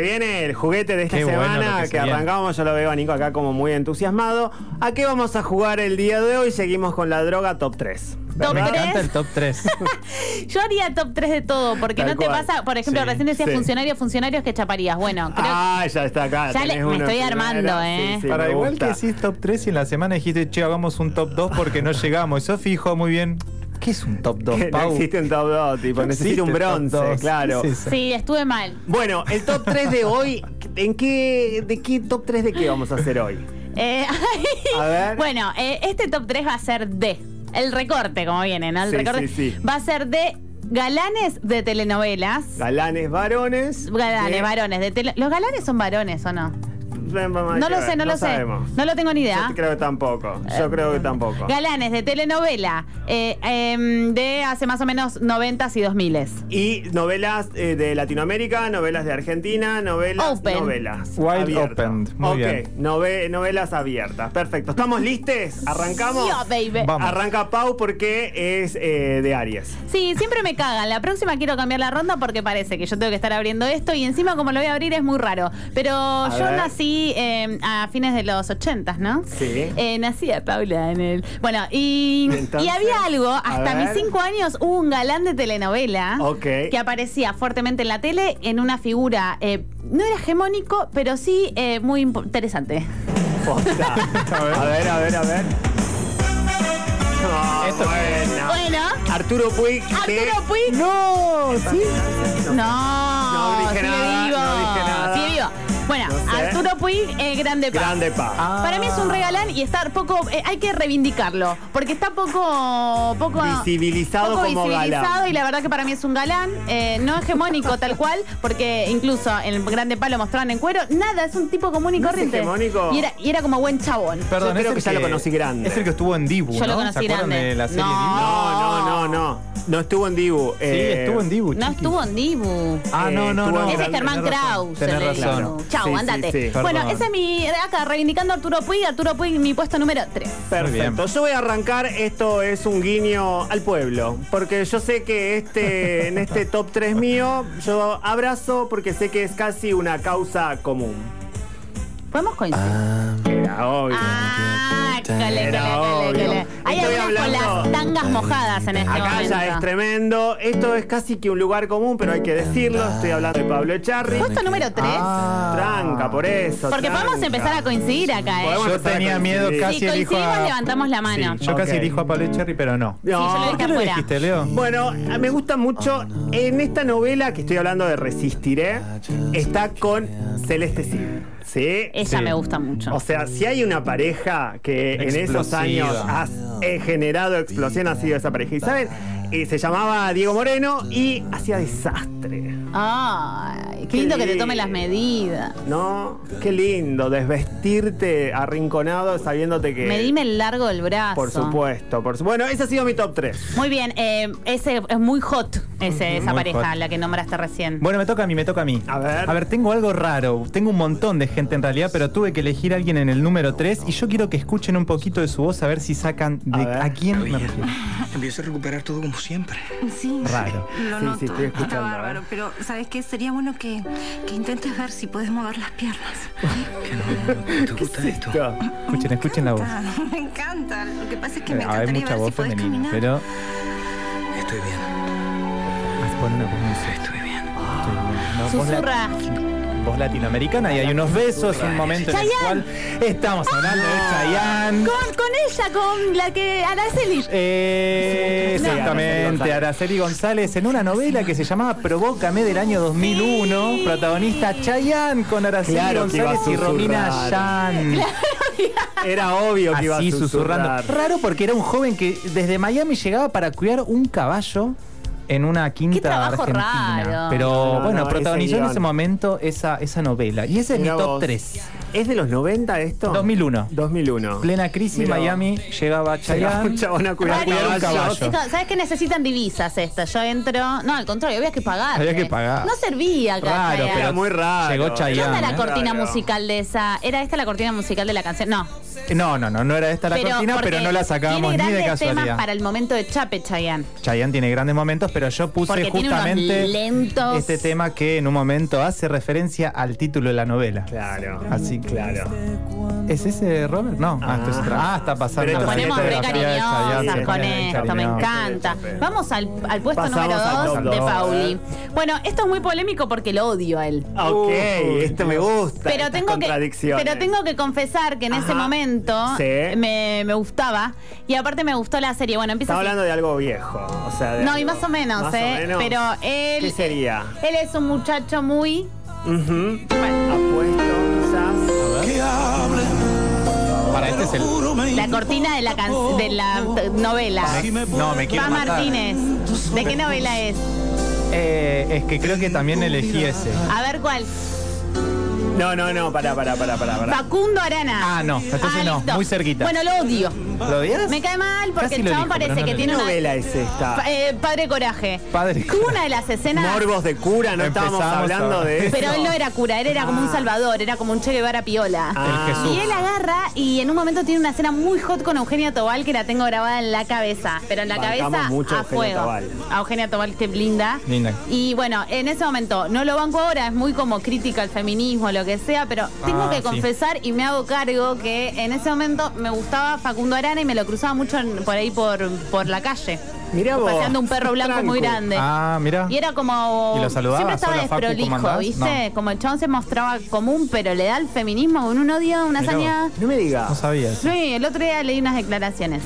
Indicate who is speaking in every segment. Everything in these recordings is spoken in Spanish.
Speaker 1: Viene el juguete de esta
Speaker 2: Qué bueno
Speaker 1: semana
Speaker 2: lo que
Speaker 1: que,
Speaker 2: se viene.
Speaker 1: arrancamos, yo lo veo a Nico acá como muy entusiasmado. ¿A qué vamos a jugar el día de hoy? Seguimos con la droga top 3.
Speaker 2: Me
Speaker 3: Top tres.
Speaker 2: encanta el top 3.
Speaker 3: Yo haría top 3 de todo, porque
Speaker 1: Tal
Speaker 3: no te
Speaker 1: cual.
Speaker 3: pasa, por ejemplo,
Speaker 2: Sí,
Speaker 3: recién decías
Speaker 1: sí.
Speaker 3: funcionarios, funcionarios que chaparías. Bueno, creo
Speaker 1: Ah, ya está acá.
Speaker 3: Ya le-
Speaker 1: tenés
Speaker 3: me
Speaker 1: uno
Speaker 3: estoy
Speaker 1: primero.
Speaker 3: armando, ¿eh?
Speaker 1: Sí, sí,
Speaker 2: Para
Speaker 1: me
Speaker 2: igual que
Speaker 1: gusta.
Speaker 2: decís top 3 y en la semana dijiste, che, hagamos un top 2 porque no llegamos. Y yo fijo, muy bien. ¿Qué es un top 2,
Speaker 1: Que No
Speaker 2: Pau?
Speaker 1: existe un top 2, tipo,
Speaker 2: No
Speaker 1: necesito
Speaker 2: existe
Speaker 1: un
Speaker 2: top
Speaker 1: bronce,
Speaker 2: dos.
Speaker 1: claro.
Speaker 2: ¿Qué es
Speaker 3: que
Speaker 2: eso?
Speaker 3: sí, estuve mal.
Speaker 1: Bueno, el top 3 de hoy, ¿en qué, ¿de qué top 3 de qué vamos a hacer hoy?
Speaker 3: Eh,
Speaker 1: A ver.
Speaker 3: bueno, eh, este top 3 va a ser de el recorte, como viene, ¿no? El
Speaker 1: Sí,
Speaker 3: recorte
Speaker 1: sí, sí.
Speaker 3: va a ser de galanes de telenovelas.
Speaker 1: Galanes varones.
Speaker 3: Galanes,
Speaker 1: de-
Speaker 3: varones. De tele- ¿Los galanes son varones o no? No lo sé, no, lo sé.
Speaker 1: sabemos.
Speaker 3: No lo tengo ni idea.
Speaker 1: Yo creo que tampoco. Yo creo que tampoco.
Speaker 3: Galanes de telenovela eh, em, de hace más o menos 90s y 2000s.
Speaker 1: Y novelas eh, de Latinoamérica, novelas de Argentina, novelas.
Speaker 3: Open.
Speaker 1: Novelas.
Speaker 2: Wide
Speaker 1: abiertas.
Speaker 2: open, muy
Speaker 1: Ok,
Speaker 2: bien.
Speaker 1: nove- novelas abiertas. Perfecto. ¿Estamos listos? ¿Arrancamos?
Speaker 3: Yo, baby.
Speaker 2: Vamos.
Speaker 1: Arranca Pau porque es eh, de Aries.
Speaker 3: Sí, siempre me cagan. La próxima quiero cambiar la ronda porque parece que yo tengo que estar abriendo esto y encima como lo voy a abrir es muy raro. Pero yo
Speaker 1: ver.
Speaker 3: nací eh, a fines de los 80, ¿no?
Speaker 1: Sí.
Speaker 3: Eh, nací a Paula en el... Bueno, y,
Speaker 1: ¿Y entonces?
Speaker 3: y había algo,
Speaker 1: A
Speaker 3: hasta mis
Speaker 1: ver.
Speaker 3: cinco años hubo un galán de telenovela
Speaker 1: Ok.
Speaker 3: que aparecía fuertemente en la tele en una figura, eh, no era hegemónico, pero sí eh, muy impo- interesante.
Speaker 1: Posta. a ver, a ver, a ver. a ver. Ah,
Speaker 2: Esto-
Speaker 1: bueno.
Speaker 3: Bueno,
Speaker 1: Arturo Puig. que-
Speaker 3: Arturo Puig
Speaker 2: ¡No! ¿Sí?
Speaker 3: No,
Speaker 1: No dije
Speaker 3: sigue
Speaker 1: nada,
Speaker 3: vivo,
Speaker 1: no dije nada.
Speaker 3: sigue vivo. Bueno,
Speaker 1: No sé.
Speaker 3: Arturo Puig, eh, grande pa.
Speaker 1: Grande Pau.
Speaker 2: Ah.
Speaker 3: Para mí es un regalán y estar poco, eh, hay que reivindicarlo, porque está poco, poco
Speaker 1: Visibilizado
Speaker 3: poco
Speaker 1: como
Speaker 3: visibilizado
Speaker 1: galán.
Speaker 3: y la verdad que para mí es un galán, eh, no hegemónico tal cual, porque incluso en el Grande Palo mostraban en cuero, nada, es un tipo común y
Speaker 1: ¿No es
Speaker 3: corriente.
Speaker 1: hegemónico?
Speaker 3: Y era, y era como buen chabón.
Speaker 2: Perdón,
Speaker 1: creo
Speaker 2: es el
Speaker 1: que ya lo conocí grande.
Speaker 2: Es el que estuvo en Dibu,
Speaker 3: Yo lo
Speaker 2: ¿no? ¿Se
Speaker 3: conocí
Speaker 2: acuerdan
Speaker 3: grande.
Speaker 2: de la serie
Speaker 3: No.
Speaker 2: Dibu?
Speaker 1: No, no, no, no. No estuvo en Dibu.
Speaker 2: Sí, estuvo en Dibu,
Speaker 3: No
Speaker 2: chiqui.
Speaker 3: estuvo en Dibu.
Speaker 2: Ah, no, no,
Speaker 1: Estuvo
Speaker 2: no.
Speaker 1: en-
Speaker 3: Ese es
Speaker 1: Tenés
Speaker 3: Germán Kraus.
Speaker 2: Tenés
Speaker 3: el de-
Speaker 2: razón.
Speaker 1: Claro.
Speaker 3: Chau,
Speaker 1: Sí, sí,
Speaker 3: andate.
Speaker 1: sí.
Speaker 2: Perdón.
Speaker 3: Bueno, ese es mi. Acá, reivindicando a Arturo Puig. Arturo Puig, mi puesto número 3.
Speaker 2: Muy
Speaker 1: Perfecto.
Speaker 2: bien.
Speaker 1: Yo voy a arrancar, esto es un guiño al pueblo, porque yo sé que este en este top 3 mío yo abrazo porque sé que es casi una causa común.
Speaker 3: ¿Podemos coincidir?
Speaker 1: Era obvio.
Speaker 3: Ah, cale,
Speaker 1: Era
Speaker 3: cale, cale,
Speaker 1: obvio.
Speaker 3: cale. Hay
Speaker 1: Estoy
Speaker 3: algunas
Speaker 1: hablando-
Speaker 3: con las tangas mojadas en este
Speaker 1: Acá
Speaker 3: momento.
Speaker 1: ya es tremendo. Esto es casi que un lugar común, pero hay que decirlo. Estoy hablando de Pablo Echarri.
Speaker 3: Puesto número 3.
Speaker 2: Ah.
Speaker 1: Tranca, por eso.
Speaker 3: porque podemos
Speaker 1: tranca.
Speaker 3: empezar a coincidir acá, ¿eh?
Speaker 1: Podemos
Speaker 2: Yo
Speaker 1: empezar a
Speaker 2: tenía miedo
Speaker 1: coincidir.
Speaker 2: casi
Speaker 3: Si
Speaker 2: elijo
Speaker 3: coincidimos,
Speaker 2: a-
Speaker 3: levantamos la mano.
Speaker 2: Yo casi
Speaker 1: Ok.
Speaker 2: elijo a Pablo Echerry, pero no.
Speaker 3: yo lo
Speaker 1: No.
Speaker 3: dejé
Speaker 2: ¿Qué lo
Speaker 3: afuera.
Speaker 2: dijiste, Leo?
Speaker 1: Bueno, me gusta
Speaker 2: Oh,
Speaker 1: mucho. En esta novela que estoy hablando de Resistiré,
Speaker 2: Ah,
Speaker 1: está con Celeste Cid. ¿Sí?
Speaker 3: Ella
Speaker 2: Sí.
Speaker 3: me gusta mucho.
Speaker 1: O sea, si hay una pareja que en esos
Speaker 2: Explosiva.
Speaker 1: años ha eh, generado explosión, ha sido esa pareja. ¿Y saben? Eh, se llamaba Diego Moreno y hacía desastre.
Speaker 3: Ay, qué lindo que te tome las medidas.
Speaker 1: ¿No? Qué lindo, desvestirte arrinconado sabiéndote que.
Speaker 3: Medime el largo del brazo.
Speaker 1: Por supuesto, por supuesto. Bueno, ese ha sido mi top 3.
Speaker 3: Muy bien, eh, ese es muy hot, ese, esa
Speaker 2: Muy
Speaker 3: pareja,
Speaker 2: hot.
Speaker 3: la que nombraste recién.
Speaker 2: Bueno, me toca a mí, me toca a mí.
Speaker 1: A ver.
Speaker 2: A ver, tengo algo raro. Tengo un montón de gente en realidad, pero tuve que elegir a alguien en el número 3 y yo quiero que escuchen un poquito de su voz a ver si sacan de
Speaker 1: A ver.
Speaker 2: a, quién me refiero.
Speaker 4: Empiezo a recuperar todo como siempre.
Speaker 5: Sí.
Speaker 2: Raro.
Speaker 5: Lo
Speaker 1: Sí,
Speaker 5: noto.
Speaker 1: sí, estoy
Speaker 5: Está
Speaker 1: escuchando,
Speaker 5: bárbaro,
Speaker 1: ¿eh?
Speaker 5: pero ¿sabes qué? Sería bueno que, que intentes ver si puedes mover las piernas.
Speaker 4: Que no, no te gusta esto.
Speaker 1: Yo.
Speaker 2: Escuchen, escuchen la voz.
Speaker 5: Ah, Me encanta. Lo que pasa es que me
Speaker 2: A ver, hay
Speaker 5: encantaría
Speaker 2: mucha
Speaker 5: ver si
Speaker 2: voz
Speaker 5: puedes
Speaker 2: femenina,
Speaker 5: caminar.
Speaker 2: pero
Speaker 4: Estoy bien,
Speaker 2: Ah, pon una voz muy suave,
Speaker 4: estoy bien.
Speaker 2: ¿no?
Speaker 1: pues
Speaker 2: Voz
Speaker 3: Susurra.
Speaker 2: la- Voz latinoamericana y hay unos besos, un momento en el
Speaker 3: Chayanne.
Speaker 2: cual estamos hablando de Chayanne.
Speaker 3: Con, con ella, con la que Araceli.
Speaker 2: Eh,
Speaker 1: Sí, Araceli
Speaker 2: exactamente,
Speaker 1: González.
Speaker 2: Araceli González en una novela que se llamaba Provócame del año 2001, protagonista Chayanne con Araceli
Speaker 1: Claro que iba a
Speaker 2: González y Romina
Speaker 1: susurrar.
Speaker 2: Yan.
Speaker 1: Era obvio que iba a
Speaker 2: Así susurrando.
Speaker 1: susurrar.
Speaker 2: Raro porque era un joven que desde Miami llegaba para cuidar un caballo en una quinta
Speaker 3: trabajo
Speaker 2: argentina.
Speaker 3: raro.
Speaker 2: Pero
Speaker 1: No, no,
Speaker 2: bueno,
Speaker 1: no, ese
Speaker 2: protagonizó en
Speaker 1: guión.
Speaker 2: ese momento esa, esa novela. Y ese es mi
Speaker 1: Mirá
Speaker 2: top
Speaker 1: vos.
Speaker 2: 3.
Speaker 1: ¿Es de los 90 esto?
Speaker 2: 2001.
Speaker 1: 2001.
Speaker 2: Plena crisis,
Speaker 1: Mirá vos.
Speaker 2: Miami, llegaba
Speaker 1: Llegaba
Speaker 2: Chayanne.
Speaker 1: un chabón a cuidar
Speaker 3: Raro.
Speaker 1: un caballo.
Speaker 3: Chicos, ¿sabes qué necesitan divisas estas? Yo entro. No, al contrario, había que pagar. ¿eh?
Speaker 2: Había que pagar.
Speaker 3: No servía acá.
Speaker 2: Raro,
Speaker 3: Chayanne.
Speaker 2: pero
Speaker 1: muy raro.
Speaker 2: Llegó
Speaker 3: ¿Qué onda
Speaker 2: Chayanne.
Speaker 3: la
Speaker 2: ¿eh?
Speaker 3: cortina
Speaker 1: Raro.
Speaker 3: musical de esa? ¿Era esta la cortina musical de la canción? No.
Speaker 2: No, no, no, no era esta la cortina,
Speaker 3: porque
Speaker 2: pero no la sacábamos
Speaker 3: tiene
Speaker 2: ni de
Speaker 3: grandes temas
Speaker 2: casualidad.
Speaker 3: para el momento de Chape Chayanne.
Speaker 2: Chayanne tiene grandes momentos, pero yo puse
Speaker 3: Porque tiene unos
Speaker 2: justamente
Speaker 3: lentos.
Speaker 2: este tema que en un momento hace referencia al título de la novela.
Speaker 1: Claro.
Speaker 2: Así que-
Speaker 1: claro.
Speaker 2: ¿Es ese Robert? No, ah,
Speaker 1: Ah.
Speaker 2: esto es otra- ah, está pasando.
Speaker 1: Pero
Speaker 3: Nos
Speaker 2: la
Speaker 3: ponemos re
Speaker 2: fotografía de
Speaker 3: cariñosas
Speaker 2: Chayanne,
Speaker 3: con
Speaker 2: de
Speaker 3: esto, me
Speaker 2: Chayanne.
Speaker 3: encanta. Vamos al, al puesto
Speaker 1: Pasamos al
Speaker 3: número
Speaker 1: top
Speaker 3: 2 de
Speaker 1: dos.
Speaker 3: Pauli. Bueno, esto es muy polémico porque lo odio a él.
Speaker 1: Ah, Ok,
Speaker 2: Uh,
Speaker 1: esto me gusta.
Speaker 3: Pero
Speaker 1: estas
Speaker 3: tengo, que,
Speaker 1: contradicciones.
Speaker 3: pero tengo que confesar que en ese
Speaker 1: Ajá.
Speaker 3: momento
Speaker 1: Sí.
Speaker 3: me, me gustaba y aparte me gustó la serie. Bueno, empieza
Speaker 1: Estaba
Speaker 3: así.
Speaker 1: hablando de algo viejo. O sea, de
Speaker 3: No,
Speaker 1: algo-
Speaker 3: y más o menos,
Speaker 1: más
Speaker 3: ¿eh?
Speaker 1: menos.
Speaker 3: Pero él.
Speaker 1: ¿Qué sería?
Speaker 3: Él es un muchacho muy.
Speaker 1: Ujú. Apuesto, quizás.
Speaker 2: Para este es el.
Speaker 3: La cortina de la, can- de la eh, novela.
Speaker 2: No, me quiero
Speaker 3: Va
Speaker 2: matar.
Speaker 3: Martínez. ¿De qué novela es?
Speaker 2: Eh, es que creo que también elegí ese.
Speaker 3: A ver cuál.
Speaker 1: No, no, no, pará, pará, pará, pará. pará.
Speaker 3: Facundo Arana.
Speaker 2: Ah, no, entonces
Speaker 3: Ah,
Speaker 2: no,
Speaker 3: listo.
Speaker 2: muy cerquita.
Speaker 3: Bueno, lo odio.
Speaker 2: ¿Lo odias?
Speaker 3: Me cae mal porque
Speaker 2: Casi
Speaker 3: el
Speaker 2: lo
Speaker 3: chabón
Speaker 2: elijo, pero
Speaker 3: parece
Speaker 2: no
Speaker 3: que
Speaker 2: lo
Speaker 1: ¿Qué
Speaker 3: tiene una.
Speaker 1: novela es esta?
Speaker 3: Fa- eh, padre Coraje.
Speaker 2: Padre
Speaker 3: Tuvo una de las escenas.
Speaker 1: Morbos de cura, no estábamos
Speaker 2: Empezamos
Speaker 1: hablando
Speaker 2: a-
Speaker 1: de eso.
Speaker 3: Pero él no era cura, él era como un salvador, era como un Che Guevara piola.
Speaker 1: Ah.
Speaker 2: El Jesús.
Speaker 3: Y él agarra y en un momento tiene una escena muy hot con Eugenia Tobal que la tengo grabada en la cabeza. Pero en la
Speaker 1: Bancamos
Speaker 3: cabeza
Speaker 1: mucho a
Speaker 3: a
Speaker 1: Eugenia
Speaker 3: fuego.
Speaker 1: Tobal.
Speaker 3: A Eugenia Tobal que linda.
Speaker 2: Linda.
Speaker 3: Y bueno, en ese momento, no lo banco ahora, es muy como crítica al feminismo, lo que sea, pero tengo
Speaker 2: Ah,
Speaker 3: que
Speaker 2: sí.
Speaker 3: confesar y me hago cargo que en ese momento me gustaba Facundo Arana y me lo cruzaba mucho en- por ahí por, por la calle.
Speaker 1: Mirá vos.
Speaker 3: Paseando un perro blanco muy
Speaker 1: Tranco.
Speaker 3: grande.
Speaker 2: Ah, mira.
Speaker 3: Y era como.
Speaker 2: ¿Y lo saludabas?
Speaker 3: Siempre estaba
Speaker 2: Hola, Facu, ¿cómo
Speaker 3: desprolijo,
Speaker 2: andás?
Speaker 3: ¿viste? Como el chabón se mostraba común, pero le da al feminismo con un odio, una
Speaker 2: Mirá vos.
Speaker 3: hazaña.
Speaker 1: No me
Speaker 2: No
Speaker 1: digas.
Speaker 2: sabía. eso.
Speaker 3: Sí, el otro día leí unas declaraciones.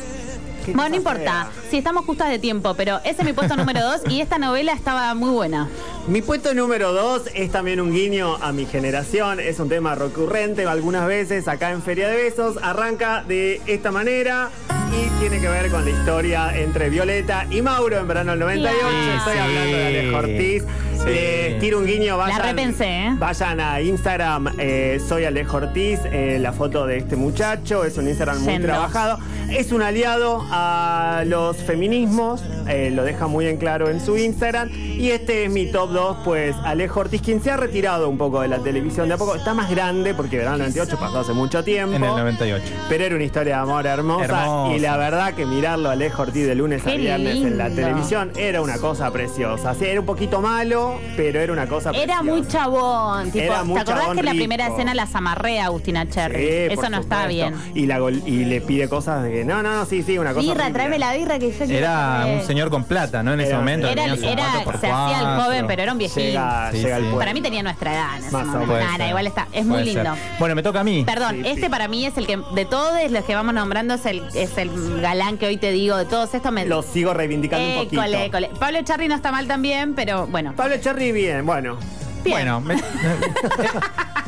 Speaker 1: Qué
Speaker 3: Bueno,
Speaker 1: cosa
Speaker 3: no importa,
Speaker 1: fea.
Speaker 3: si estamos justas de tiempo, pero ese es mi puesto número dos y esta novela estaba muy buena.
Speaker 1: Mi puesto número 2 es también un guiño a mi generación. Es un tema recurrente algunas veces acá en Feria de Besos. Arranca de esta manera y tiene que ver con la historia entre Violeta y Mauro en verano del 98.
Speaker 3: Claro.
Speaker 1: Estoy
Speaker 3: Sí,
Speaker 1: hablando de Alejo Ortiz.
Speaker 2: sí.
Speaker 1: Les tiro un guiño. Vayan,
Speaker 3: repensé, ¿eh?
Speaker 1: Vayan a Instagram. eh, soy Alejo Ortiz. eh, la foto de este muchacho. Es un Instagram muy
Speaker 3: Yendo.
Speaker 1: trabajado. Es un aliado a los feminismos, eh, lo deja muy en claro en su Instagram. Y este es mi top 2, pues Alejo Ortiz, quien se ha retirado un poco de la televisión de a poco, está más grande porque verano 98 pasó hace mucho tiempo.
Speaker 2: En el 98.
Speaker 1: Pero era una historia de amor hermosa,
Speaker 2: Hermosa.
Speaker 1: y la verdad que mirarlo a Alejo Ortiz de lunes a
Speaker 3: Qué
Speaker 1: viernes en la
Speaker 3: lindo.
Speaker 1: televisión era una cosa preciosa. Sí, era un poquito malo, pero era una cosa preciosa.
Speaker 3: Era muy chabón, tipo,
Speaker 1: Era muy
Speaker 3: ¿te acordás
Speaker 1: chabón
Speaker 3: que en la
Speaker 1: rico.
Speaker 3: primera escena las amarré a Agustina Cherry?
Speaker 1: Sí,
Speaker 3: Eso
Speaker 1: por
Speaker 3: no está
Speaker 1: supuesto.
Speaker 3: bien.
Speaker 1: Y, la gol- y le pide cosas de que no, no, no, sí, sí, una cosa.
Speaker 3: Birra,
Speaker 1: horrible.
Speaker 3: tráeme la birra que yo quiero
Speaker 2: Era
Speaker 3: saber.
Speaker 2: un señor con plata, ¿no? En ese
Speaker 1: Era-
Speaker 2: momento.
Speaker 3: Era,
Speaker 2: tenía sus
Speaker 3: era-
Speaker 2: cuatro por
Speaker 3: se hacía el
Speaker 2: cuatro.
Speaker 3: joven, pero era un viejín.
Speaker 1: Llega,
Speaker 2: Sí,
Speaker 1: llega
Speaker 2: sí.
Speaker 1: al pueblo.
Speaker 3: Para mí tenía nuestra edad. en ese
Speaker 1: Más o
Speaker 3: momento.
Speaker 1: menos.
Speaker 3: Nah, nah, igual está, es muy
Speaker 2: Puede
Speaker 3: lindo.
Speaker 2: ser. Bueno, me toca a mí.
Speaker 3: Perdón,
Speaker 1: Sí,
Speaker 3: este
Speaker 1: sí.
Speaker 3: para mí es el que, de todos los que vamos nombrando, es el, es el galán que hoy te digo, de todos estos me...
Speaker 1: Lo sigo reivindicando un poquito.
Speaker 3: École, école. Pablo Charri no está mal también, pero bueno.
Speaker 1: Pablo Cherry, bien, bueno.
Speaker 3: Bien.
Speaker 2: Bueno, me,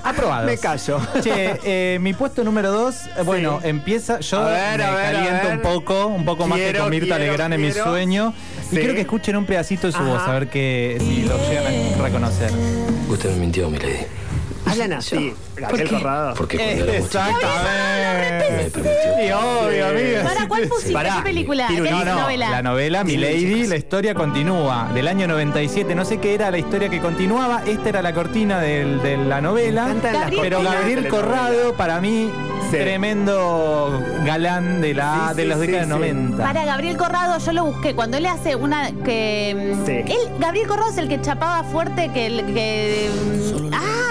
Speaker 2: aprobado.
Speaker 1: Me callo.
Speaker 2: Che, eh, mi puesto número dos, eh, bueno, empieza. Yo
Speaker 1: A ver,
Speaker 2: me
Speaker 1: a ver, a
Speaker 2: caliento
Speaker 1: ver.
Speaker 2: un poco, un poco más que
Speaker 1: Quiero,
Speaker 2: con Mirta
Speaker 1: quiero,
Speaker 2: Legrand en mi
Speaker 1: quiero.
Speaker 2: sueño.
Speaker 1: Sí.
Speaker 2: Y quiero que escuchen un pedacito de su
Speaker 1: Ajá.
Speaker 2: voz, a ver que, si lo llegan a reconocer.
Speaker 6: Usted me mintió, mi lady.
Speaker 1: Hablan así. Gabriel Corrado.
Speaker 6: Porque
Speaker 2: Eh,
Speaker 6: cuando era muchacho me
Speaker 2: Exactamente.
Speaker 6: permitió.
Speaker 2: Sí, obvio, amiga.
Speaker 3: ¿Para cuál pusiste?
Speaker 1: Pará.
Speaker 3: ¿Qué película?
Speaker 1: Tiene
Speaker 3: ¿Qué
Speaker 1: un-
Speaker 2: No, no,
Speaker 3: novela?
Speaker 2: la novela Milady, la historia continúa, del año 97. No sé qué era la historia que continuaba, esta era la cortina del- de la novela.
Speaker 1: Cantan las
Speaker 3: Gabriel-
Speaker 2: Pero
Speaker 1: cortinas
Speaker 2: Gabriel
Speaker 1: de telenovela.
Speaker 2: Corrado, para mí,
Speaker 1: Sí.
Speaker 2: tremendo galán de la
Speaker 1: Sí,
Speaker 2: de
Speaker 1: sí,
Speaker 2: los
Speaker 1: sí,
Speaker 2: décadas
Speaker 1: sí.
Speaker 2: 90.
Speaker 3: Para Gabriel Corrado, yo lo busqué. Cuando él hace una que. mm,
Speaker 1: Sí.
Speaker 3: Él, Gabriel Corrado es el que chapaba fuerte que el que. mm,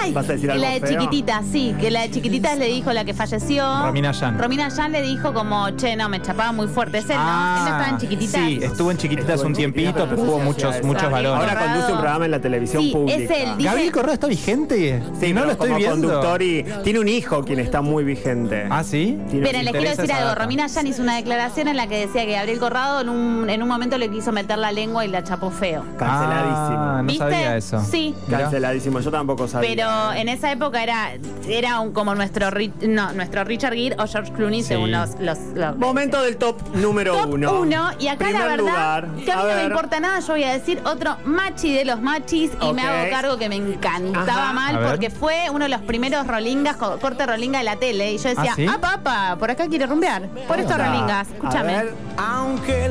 Speaker 3: ¡Ay!
Speaker 1: ¿Vas a decir algo
Speaker 3: la de
Speaker 1: feo?
Speaker 3: chiquitita, sí. Que la de chiquitita le dijo la que falleció.
Speaker 2: Romina Yan.
Speaker 3: Romina Yan le dijo como, che, no, me chapaba muy fuerte. Es él, ¿no? Él no
Speaker 1: Ah,
Speaker 3: estaba en chiquitita.
Speaker 2: Ah, Sí, estuvo en chiquititas
Speaker 1: Estuvo en
Speaker 2: un
Speaker 1: Chiquititas,
Speaker 2: tiempito,
Speaker 1: pero
Speaker 2: pero
Speaker 1: no
Speaker 2: hubo
Speaker 1: se hacía
Speaker 2: muchos,
Speaker 1: eso.
Speaker 2: muchos
Speaker 3: Gabriel
Speaker 2: valores.
Speaker 1: Ahora
Speaker 3: Corrado.
Speaker 1: conduce un programa en la televisión
Speaker 3: Sí, es
Speaker 1: pública.
Speaker 3: él, dice-
Speaker 2: Gabriel Corrado está vigente.
Speaker 1: Sí,
Speaker 2: Sí, no
Speaker 1: pero
Speaker 2: lo estoy
Speaker 1: como
Speaker 2: viendo.
Speaker 1: conductor y tiene un hijo quien está muy vigente.
Speaker 2: Ah, sí.
Speaker 1: Tiene-
Speaker 3: Pero
Speaker 2: nos
Speaker 3: les quiero
Speaker 2: interesa
Speaker 3: decir
Speaker 2: esa
Speaker 3: algo.
Speaker 2: data.
Speaker 3: Romina Yan hizo una declaración en la que decía que Gabriel Corrado en un, en un momento le quiso meter la lengua y la chapó feo.
Speaker 2: Ah,
Speaker 1: Canceladísimo.
Speaker 2: no
Speaker 3: ¿Viste?
Speaker 2: sabía eso.
Speaker 3: Sí.
Speaker 2: Mirá.
Speaker 1: Canceladísimo. Yo tampoco sabía.
Speaker 3: Pero en esa época era, era un, como nuestro, Ri- no, nuestro Richard Gere o George Clooney,
Speaker 2: Sí.
Speaker 3: según los... los, los-
Speaker 1: Momento del top número
Speaker 3: Top
Speaker 1: uno.
Speaker 3: uno, y acá
Speaker 1: Primer
Speaker 3: la verdad
Speaker 1: lugar,
Speaker 3: que a mí no me
Speaker 1: ver.
Speaker 3: importa nada, yo voy a decir otro machi de los machis y me
Speaker 1: Ok.
Speaker 3: hago cargo que me encantaba
Speaker 1: Ajá.
Speaker 2: A
Speaker 3: mal
Speaker 2: ver.
Speaker 3: porque fue uno de los primeros rolingas, co- corte rolinga de la tele y yo decía,
Speaker 2: ¿Ah, sí?
Speaker 3: apa, apa, por acá quiere rumbear, por estos
Speaker 1: Onda.
Speaker 3: rolingas,
Speaker 1: A
Speaker 3: escúchame.
Speaker 1: ver.
Speaker 3: Ok.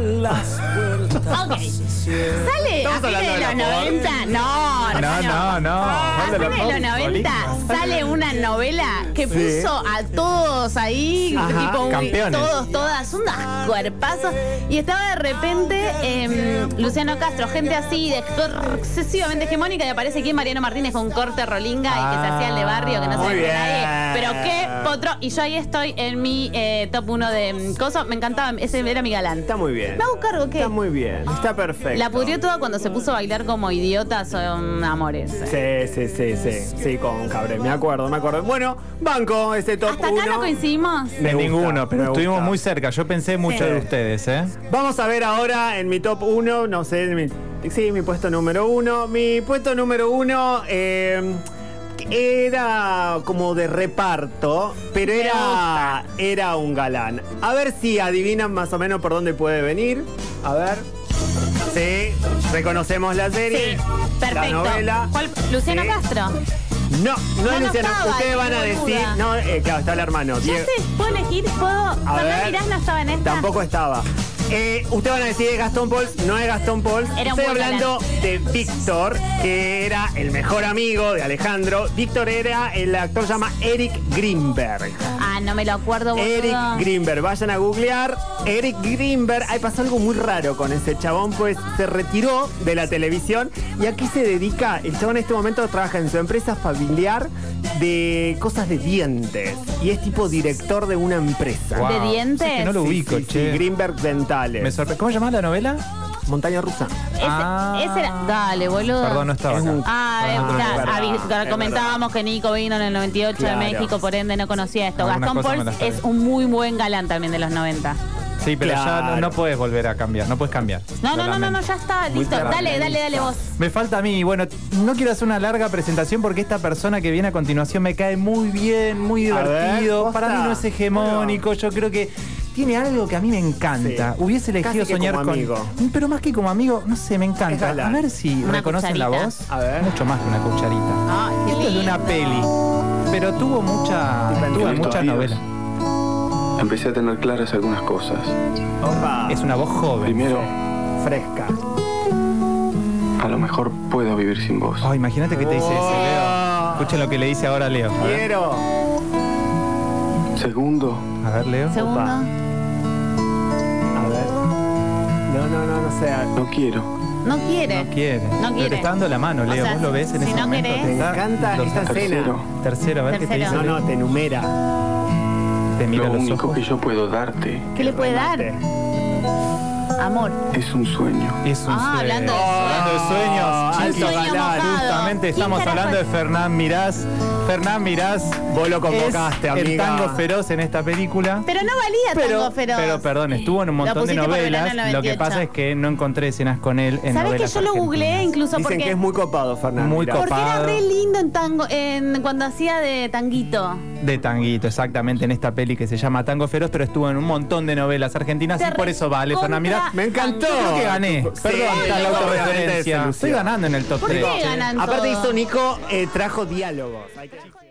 Speaker 3: ¿Sale a
Speaker 1: Estamos
Speaker 3: fines
Speaker 1: hablando
Speaker 3: de los
Speaker 1: del amor.
Speaker 3: 90? No, Ah,
Speaker 2: No, no, no.
Speaker 3: A
Speaker 2: Habla de
Speaker 3: fines de los
Speaker 2: los
Speaker 3: 90
Speaker 2: rolingas.
Speaker 3: sale una novela que
Speaker 1: Sí.
Speaker 3: puso a todos ahí,
Speaker 1: Ajá,
Speaker 3: tipo, uy,
Speaker 2: campeones.
Speaker 3: todos, todas, unas cuerpazos. Y estaba de repente em, Luciano Castro, gente así, de excesivamente hegemónica, y aparece aquí Mariano Martínez con corte rolinga y que se
Speaker 2: Ah,
Speaker 3: hacía el de barrio, que no se
Speaker 1: muy
Speaker 3: veía nadie.
Speaker 1: bien.
Speaker 3: Pero qué potro. Y yo ahí estoy en mi eh, top 1 de mm, coso. Me encantaba, ese era mi galán.
Speaker 1: Está muy bien.
Speaker 3: Me hago cargo, ¿qué?
Speaker 1: Está muy bien. Está perfecto.
Speaker 3: La pudrió toda cuando se puso a bailar como idiota, son amores.
Speaker 1: Sí, sí, sí, sí. Sí, con Cabré. Me acuerdo, me acuerdo. Bueno, banco, ese top
Speaker 3: Hasta acá
Speaker 1: uno.
Speaker 3: no coincidimos.
Speaker 1: Me
Speaker 2: de
Speaker 1: gusta,
Speaker 2: ninguno, pero
Speaker 1: me
Speaker 2: estuvimos
Speaker 1: gusta.
Speaker 2: muy cerca. Yo pensé mucho
Speaker 1: Sí.
Speaker 2: de ustedes, ¿eh?
Speaker 1: Vamos a ver ahora en mi top 1, no sé, en mi- sí, mi puesto número 1. Mi puesto número 1 era como de reparto, pero era, era un galán. A ver si adivinan más o menos por dónde puede venir. A ver. Sí, reconocemos la serie.
Speaker 3: Sí,
Speaker 1: La
Speaker 3: perfecto.
Speaker 1: novela. eh,
Speaker 3: ¿Cuál? Luciano
Speaker 1: Sí.
Speaker 3: Castro.
Speaker 1: No, no
Speaker 3: No,
Speaker 1: es
Speaker 3: no
Speaker 1: Luciano.
Speaker 3: estaba,
Speaker 1: Ustedes van a
Speaker 3: qué
Speaker 1: decir.
Speaker 3: boluda.
Speaker 1: No, eh, claro, está el hermano.
Speaker 3: Yo
Speaker 1: Diego-
Speaker 3: sé, puedo elegir, puedo.
Speaker 1: A
Speaker 3: Fernán
Speaker 1: ver.
Speaker 3: Mirás no estaba en esta.
Speaker 1: Tampoco estaba. Eh, Ustedes van a decir es Gastón Pauls, no es Gastón Pauls.
Speaker 3: Era un
Speaker 1: Estoy
Speaker 3: buen
Speaker 1: hablando de Víctor, que era el mejor amigo de Alejandro. Víctor era, el actor se llama Eric Greenberg.
Speaker 3: Ah, no me lo acuerdo, boludo.
Speaker 1: Eric Greenberg, vayan a googlear. Eric Greenberg, ahí pasó algo muy raro con ese chabón, pues se retiró de la televisión. ¿Y a qué se dedica? El chabón en este momento trabaja en su empresa familiar de cosas de dientes. Y es tipo director de una empresa.
Speaker 2: Guau.
Speaker 3: ¿De dientes?
Speaker 2: Sí, que no lo
Speaker 1: Sí,
Speaker 2: ubico,
Speaker 1: sí, sí,
Speaker 2: che.
Speaker 1: Greenberg Dentales.
Speaker 2: Me sorpre- ¿Cómo llamás la novela?
Speaker 1: Montaña rusa.
Speaker 3: Ese,
Speaker 2: Ah.
Speaker 3: ese era. Dale, boludo.
Speaker 2: Perdón, no estaba
Speaker 1: Es
Speaker 2: acá.
Speaker 1: un-
Speaker 3: Ah,
Speaker 1: Ah,
Speaker 3: o sea,
Speaker 1: es verdad,
Speaker 3: avi-
Speaker 1: es verdad.
Speaker 3: comentábamos que Nico vino en el 98
Speaker 1: Claro.
Speaker 3: de México, por ende no conocía esto.
Speaker 2: Algunas
Speaker 3: Gastón
Speaker 2: cosas me las
Speaker 3: Pauls
Speaker 2: sabía.
Speaker 3: es un muy buen galán también de los 90.
Speaker 2: Sí, pero ya no,
Speaker 1: Claro.
Speaker 2: no puedes volver a cambiar, no puedes cambiar.
Speaker 3: No,
Speaker 2: Lo
Speaker 3: no, no, no, no,
Speaker 2: lamento.
Speaker 3: ya está,
Speaker 1: Muy
Speaker 3: listo.
Speaker 1: tarde.
Speaker 3: Dale, dale, dale vos.
Speaker 2: Me falta a mí, bueno, no quiero hacer una larga presentación porque esta persona que viene a continuación me cae muy bien, muy
Speaker 1: A ver,
Speaker 2: divertido.
Speaker 1: posta.
Speaker 2: Para mí no es hegemónico, yo creo que tiene algo que a mí me encanta.
Speaker 1: Sí.
Speaker 2: Hubiese elegido
Speaker 1: Casi que
Speaker 2: soñar
Speaker 1: como
Speaker 2: con.
Speaker 1: amigo.
Speaker 2: Pero más que como amigo, no sé, me
Speaker 1: Es
Speaker 2: encanta.
Speaker 1: galán.
Speaker 2: A ver si
Speaker 3: Una
Speaker 2: reconocen la
Speaker 3: cucharita.
Speaker 2: voz.
Speaker 1: A ver.
Speaker 2: Mucho más que una cucharita.
Speaker 3: Ay, qué
Speaker 2: Esto es de una
Speaker 3: lindo.
Speaker 2: peli, pero tuvo mucha,
Speaker 1: Tipo en
Speaker 2: tuvo
Speaker 1: Cristo
Speaker 2: muchas
Speaker 7: Dios.
Speaker 2: novelas.
Speaker 7: Empecé a tener claras algunas cosas.
Speaker 1: Opa.
Speaker 2: Es una voz joven.
Speaker 7: Primero,
Speaker 1: fresca.
Speaker 7: a lo mejor puedo vivir sin vos.
Speaker 2: Oh, imagínate que te dice eso, Leo.
Speaker 1: Oh.
Speaker 2: Escuchen lo que le dice ahora a Leo. A ver,
Speaker 1: Quiero.
Speaker 7: Segundo,
Speaker 2: a ver, Leo.
Speaker 3: Segundo.
Speaker 1: Opa. A ver. No, no, no, no sea.
Speaker 7: no quiero.
Speaker 3: No quiere.
Speaker 2: No quiere.
Speaker 3: No
Speaker 2: Pero
Speaker 3: quiere.
Speaker 2: te está dando la mano,
Speaker 3: O
Speaker 2: Leo.
Speaker 3: sea,
Speaker 2: Vos lo ves en
Speaker 3: si
Speaker 2: ese
Speaker 3: no
Speaker 2: momento.
Speaker 3: querés-
Speaker 2: te
Speaker 1: Me
Speaker 2: está-
Speaker 1: encanta
Speaker 2: lo-
Speaker 1: esta
Speaker 7: Tercero,
Speaker 1: escena.
Speaker 2: Tercero, a ver qué te dice.
Speaker 3: Tercero.
Speaker 1: No, no, te enumera.
Speaker 2: Te mira a
Speaker 7: lo
Speaker 2: los
Speaker 7: único
Speaker 2: ojos.
Speaker 7: que yo puedo darte
Speaker 3: ¿Qué le puede dar?
Speaker 1: Remate.
Speaker 3: Amor.
Speaker 7: es un sueño.
Speaker 2: Es un
Speaker 3: Ah,
Speaker 2: sueño.
Speaker 3: hablando de sueños.
Speaker 2: Hablando de
Speaker 1: Ah,
Speaker 2: sueños.
Speaker 1: alto
Speaker 2: chiquis.
Speaker 1: sueño galán. mojado.
Speaker 2: Justamente
Speaker 3: ¿Quién
Speaker 2: estamos
Speaker 3: carajo
Speaker 2: hablando de
Speaker 3: es?
Speaker 2: Fernán Mirás. Fernán Mirás.
Speaker 1: Vos lo convocaste,
Speaker 2: es El
Speaker 1: amiga.
Speaker 2: tango feroz en esta película.
Speaker 3: Pero no valía
Speaker 2: Pero,
Speaker 3: tango feroz.
Speaker 2: pero, perdón, estuvo en un
Speaker 3: Lo
Speaker 2: montón de
Speaker 3: pusiste por verano
Speaker 2: novelas.
Speaker 3: del
Speaker 2: Lo que
Speaker 3: 98.
Speaker 2: pasa es que no encontré escenas con él en
Speaker 3: ¿Sabes que
Speaker 2: novelas
Speaker 3: yo lo
Speaker 2: argentinas.
Speaker 3: googleé incluso
Speaker 1: Dicen
Speaker 3: porque
Speaker 1: que es muy copado, Fernando.
Speaker 2: Muy
Speaker 1: Mirá.
Speaker 2: copado.
Speaker 3: porque era
Speaker 2: copado.
Speaker 3: re lindo en tango en cuando hacía de tanguito.
Speaker 2: De tanguito, exactamente, en esta peli que se llama Tango Feroz, pero estuvo en un montón de novelas argentinas
Speaker 3: Te
Speaker 2: y por eso vale,
Speaker 3: recontra-
Speaker 2: Fernán Mirás.
Speaker 1: Me encantó.
Speaker 2: Yo creo que gané.
Speaker 1: Sí,
Speaker 2: Perdón, está la
Speaker 1: obviamente se
Speaker 2: autorreferencia.
Speaker 1: lució.
Speaker 2: Estoy ganando en el top
Speaker 3: ¿Por
Speaker 2: 3.
Speaker 3: qué ganan
Speaker 1: Aparte
Speaker 3: todos?
Speaker 1: hizo Nico, eh, trajo diálogos. Hay que-